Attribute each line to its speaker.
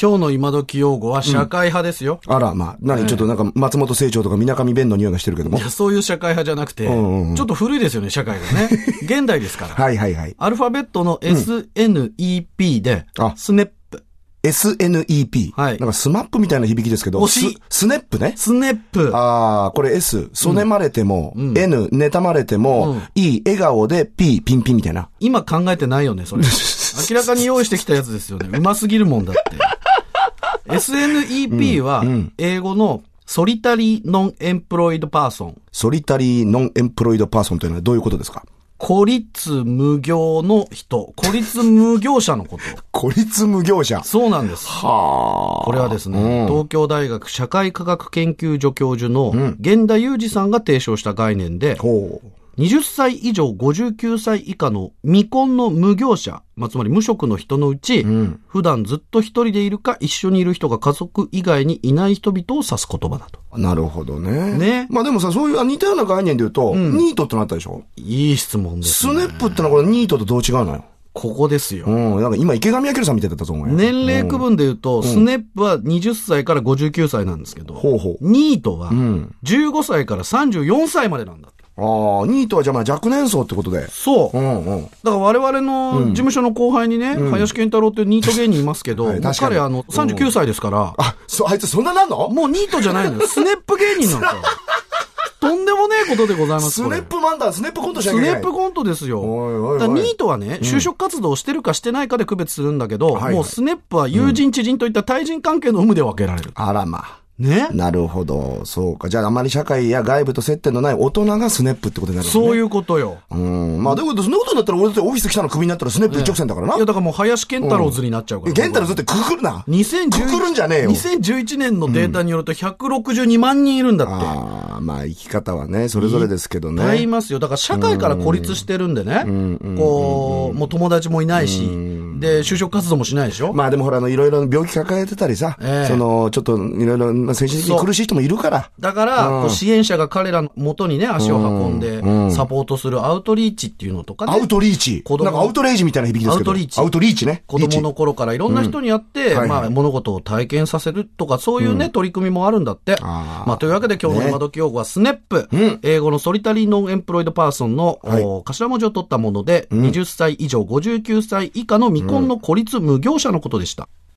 Speaker 1: 今日の今時用語は社会派ですよ。
Speaker 2: あら、まあ、なに、ちょっとなんか、松本清張とか水上弁の匂いがしてるけども
Speaker 1: い。や、そういう社会派じゃなくて、
Speaker 2: んうんうん
Speaker 1: ちょっと古いですよね、社会が ね。現代ですから。
Speaker 2: はいはいはい。
Speaker 1: アルファベットの SNEP で、
Speaker 2: あ
Speaker 1: スネップ、
Speaker 2: SNEP。
Speaker 1: はい
Speaker 2: なんかスマップみたいな響きですけど、
Speaker 1: 惜しい
Speaker 2: ススネップね。
Speaker 1: スネップ、
Speaker 2: ああ、これ S、そねまれても、
Speaker 1: うん
Speaker 2: N、妬まれても、
Speaker 1: うん
Speaker 2: E、笑顔で P、ピンピンみたいな。
Speaker 1: 今考えてないよね、それ。明らかに用意してきたやつですよね。うますぎるもんだって。SNEP は、英語のソリタリーノンエンプロイドパーソン。
Speaker 2: ソリタリーノンエンプロイドパーソンというのはどういうことですか
Speaker 1: 孤立無業の人。孤立無業者のこと。
Speaker 2: 孤立無業者。
Speaker 1: そうなんです。
Speaker 2: は
Speaker 1: これはですね、東京大学社会科学研究所教授の源田裕二さんが提唱した概念で
Speaker 2: あ。、ほう。
Speaker 1: 20歳以上59歳以下の未婚の無業者、まあ、つまり無職の人のうち、
Speaker 2: ん
Speaker 1: 普段ずっと一人でいるか一緒にいる人が家族以外にいない人々を指す言葉だと。
Speaker 2: なるほどね。
Speaker 1: ね
Speaker 2: まあでもさ、そういうあ似たような概念で言うと、ニートってなったでしょ
Speaker 1: いい質問です、
Speaker 2: ス
Speaker 1: ね。
Speaker 2: ネップってのはこれニートとどう違うのよ。
Speaker 1: ここですよ。
Speaker 2: うん。なんか今池上彰さんみたいだったと思うよ。
Speaker 1: 年齢区分で言うと、スネップは20歳から59歳なんですけど、
Speaker 2: ほうほう。
Speaker 1: ニートは
Speaker 2: うん。
Speaker 1: 15歳から34歳までなんだと。
Speaker 2: ああ、ニートはじゃあまあ若年層ってことで。
Speaker 1: そう
Speaker 2: う。んうん。
Speaker 1: だから我々の事務所の後輩にね、林健太郎っていうニート芸人いますけど、
Speaker 2: は
Speaker 1: も
Speaker 2: い
Speaker 1: う
Speaker 2: 確かに
Speaker 1: 彼あの39歳ですから、
Speaker 2: あ、そ、あいつそんななんの
Speaker 1: もうニートじゃない のよ。スネップ芸人なんですよ。とんでもねえことでございます、
Speaker 2: ス
Speaker 1: こ
Speaker 2: ネ
Speaker 1: れ
Speaker 2: ップ漫談、スネップコントしな
Speaker 1: ス
Speaker 2: きゃいけ
Speaker 1: ネ
Speaker 2: ない。
Speaker 1: ップコントですよ。
Speaker 2: おいおいおい
Speaker 1: だからニートはね、就職活動をしてるかしてないかで区別するんだけど、
Speaker 2: はいはい
Speaker 1: もうスネップは友人、知人といった対人関係の有無で分けられる。
Speaker 2: あらまあ。
Speaker 1: ね
Speaker 2: なるほど。そうか。じゃああまり社会や外部と接点のない大人がスネップってことになるわけね
Speaker 1: そういうことよ。
Speaker 2: うん。まあ、でも、そんなことになったら、俺だってオフィス来たのクビになったらスネップ一直線だからな。
Speaker 1: いや、だからもう林健太郎図になっちゃうから。
Speaker 2: ゲンタルずってくくるな。
Speaker 1: 2011
Speaker 2: くくるんじゃねえよ
Speaker 1: 2011年のデータによると162万人いるんだって。
Speaker 2: ああ、まあ、生き方はね、それぞれですけど
Speaker 1: いっぱいい
Speaker 2: ね。
Speaker 1: ますよ。だから社会から孤立してるんでね。こう、もう友達もいないし、で、就職活動もしないでしょ
Speaker 2: まあでもほら、あの、いろいろ病気抱えてたりさ、
Speaker 1: ええ
Speaker 2: その、ちょっと、いろいろ、まあ精神的に苦しい人もいるから。
Speaker 1: だから、こう支援者が彼らの元にね、足を運んで、サポートするアウトリーチっていうのとか
Speaker 2: アウ
Speaker 1: ね。
Speaker 2: トリーチ。
Speaker 1: 子供
Speaker 2: なんかアウトレイジみたいな響きですけど。
Speaker 1: アウトリーチ
Speaker 2: アウトリーチね。
Speaker 1: 子供の頃からいろんな人にやって、
Speaker 2: はいはい
Speaker 1: まあ、物事を体験させるとか、そういうね、取り組みもあるんだって。
Speaker 2: あー
Speaker 1: まあ、というわけで今日の今時用語はスネップ。英語のソリタリーノンエンプロイドパーソンの、
Speaker 2: はい
Speaker 1: お頭文字を取ったもので、20歳以上59歳以下の未婚の孤立無業者のことでした。